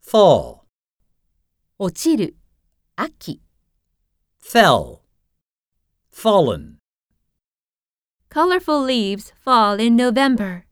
fall, 落ちる、秋。 fell, fallen. Colorful leaves fall in November.